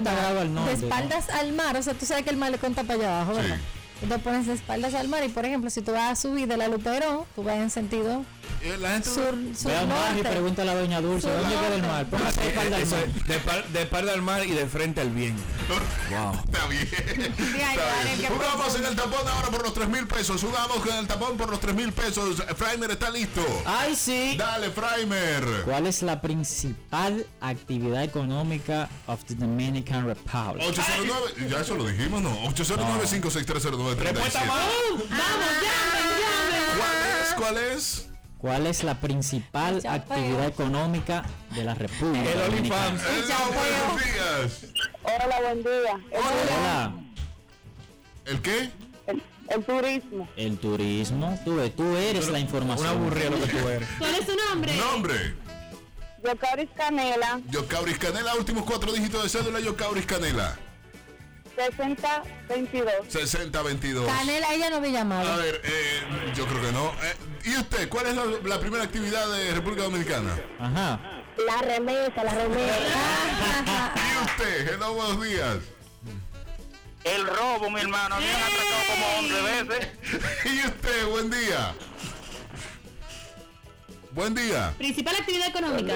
grados al norte, de espaldas al mar, o sea, tú sabes que el mar le conta para allá abajo, ¿verdad? Tú te pones de espaldas al mar y, por ejemplo, si tú vas a subir de la Luperón, tú vas en sentido Eh, La gente sur, sur Ve al mar y norte. pregúntale a la doña Dulce, Sur ¿dónde queda el mar? norte. Póngase de espalda al Eso mar. es, de, par- de espalda al mar y de frente al bien. Wow. Está bien. Está vale, bien. qué Jugamos profundo. en el tapón ahora por los 3 mil pesos. Jugamos con el tapón por los 3 mil pesos. Fraimer está listo. ¡Ay, sí! Dale, Fraimer. ¿Cuál es la principal actividad económica of the Dominican Republic? 809, ya eso lo dijimos, ¿no? 809 Respuesta 56309 ¿Cuál es? ¿Cuál es? Oh. ¿Cuál es la principal Ya, pues. actividad económica de la República El Dominicana? OnlyFans. Hello, buenos días. Hola, buen día. Hola. ¿El qué? El, el turismo. El turismo. Tú, ves, tú eres la información. Una aburrida lo que tú eres. ¿Cuál es su nombre? Nombre. Yocaris Canela, Yocauris Canela, últimos cuatro dígitos de cédula, Yocauris Canela. 6022. 6022. Canela, ella no había A llamado. ver, eh, yo creo que no. Eh, ¿Y usted? ¿Cuál es la, la primera actividad de República Dominicana? Ajá. La remesa, la remesa. Ah. ¿Y usted? Hello, buenos días. El robo, mi hermano. A mí me han atracado como 11 veces. ¿Y usted? Buen día. Buen día. Principal actividad económica.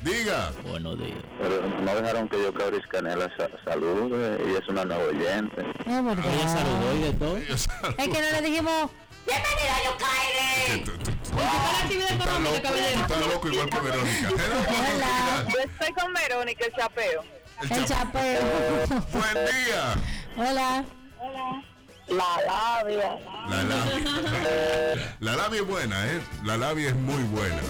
Diga. Buenos días. Pero no dejaron que yo, Clauris Canela, sa- salude. Ella es una nueva oyente. Es Ella verdad. saludó y de todo. Dios santo. Es que no le dijimos, bienvenido a Yucaire. Tú- tú- tú Principal actividad estás económica, loco, tú caballero. estás loco igual que Verónica. Hello, buenos Hola. días. Yo estoy con Verónica, el chapeo. El El chap- Eh. chapeo. Buen día. Hola. La labia. La labia. La labia es buena, ¿eh? La labia es muy buena.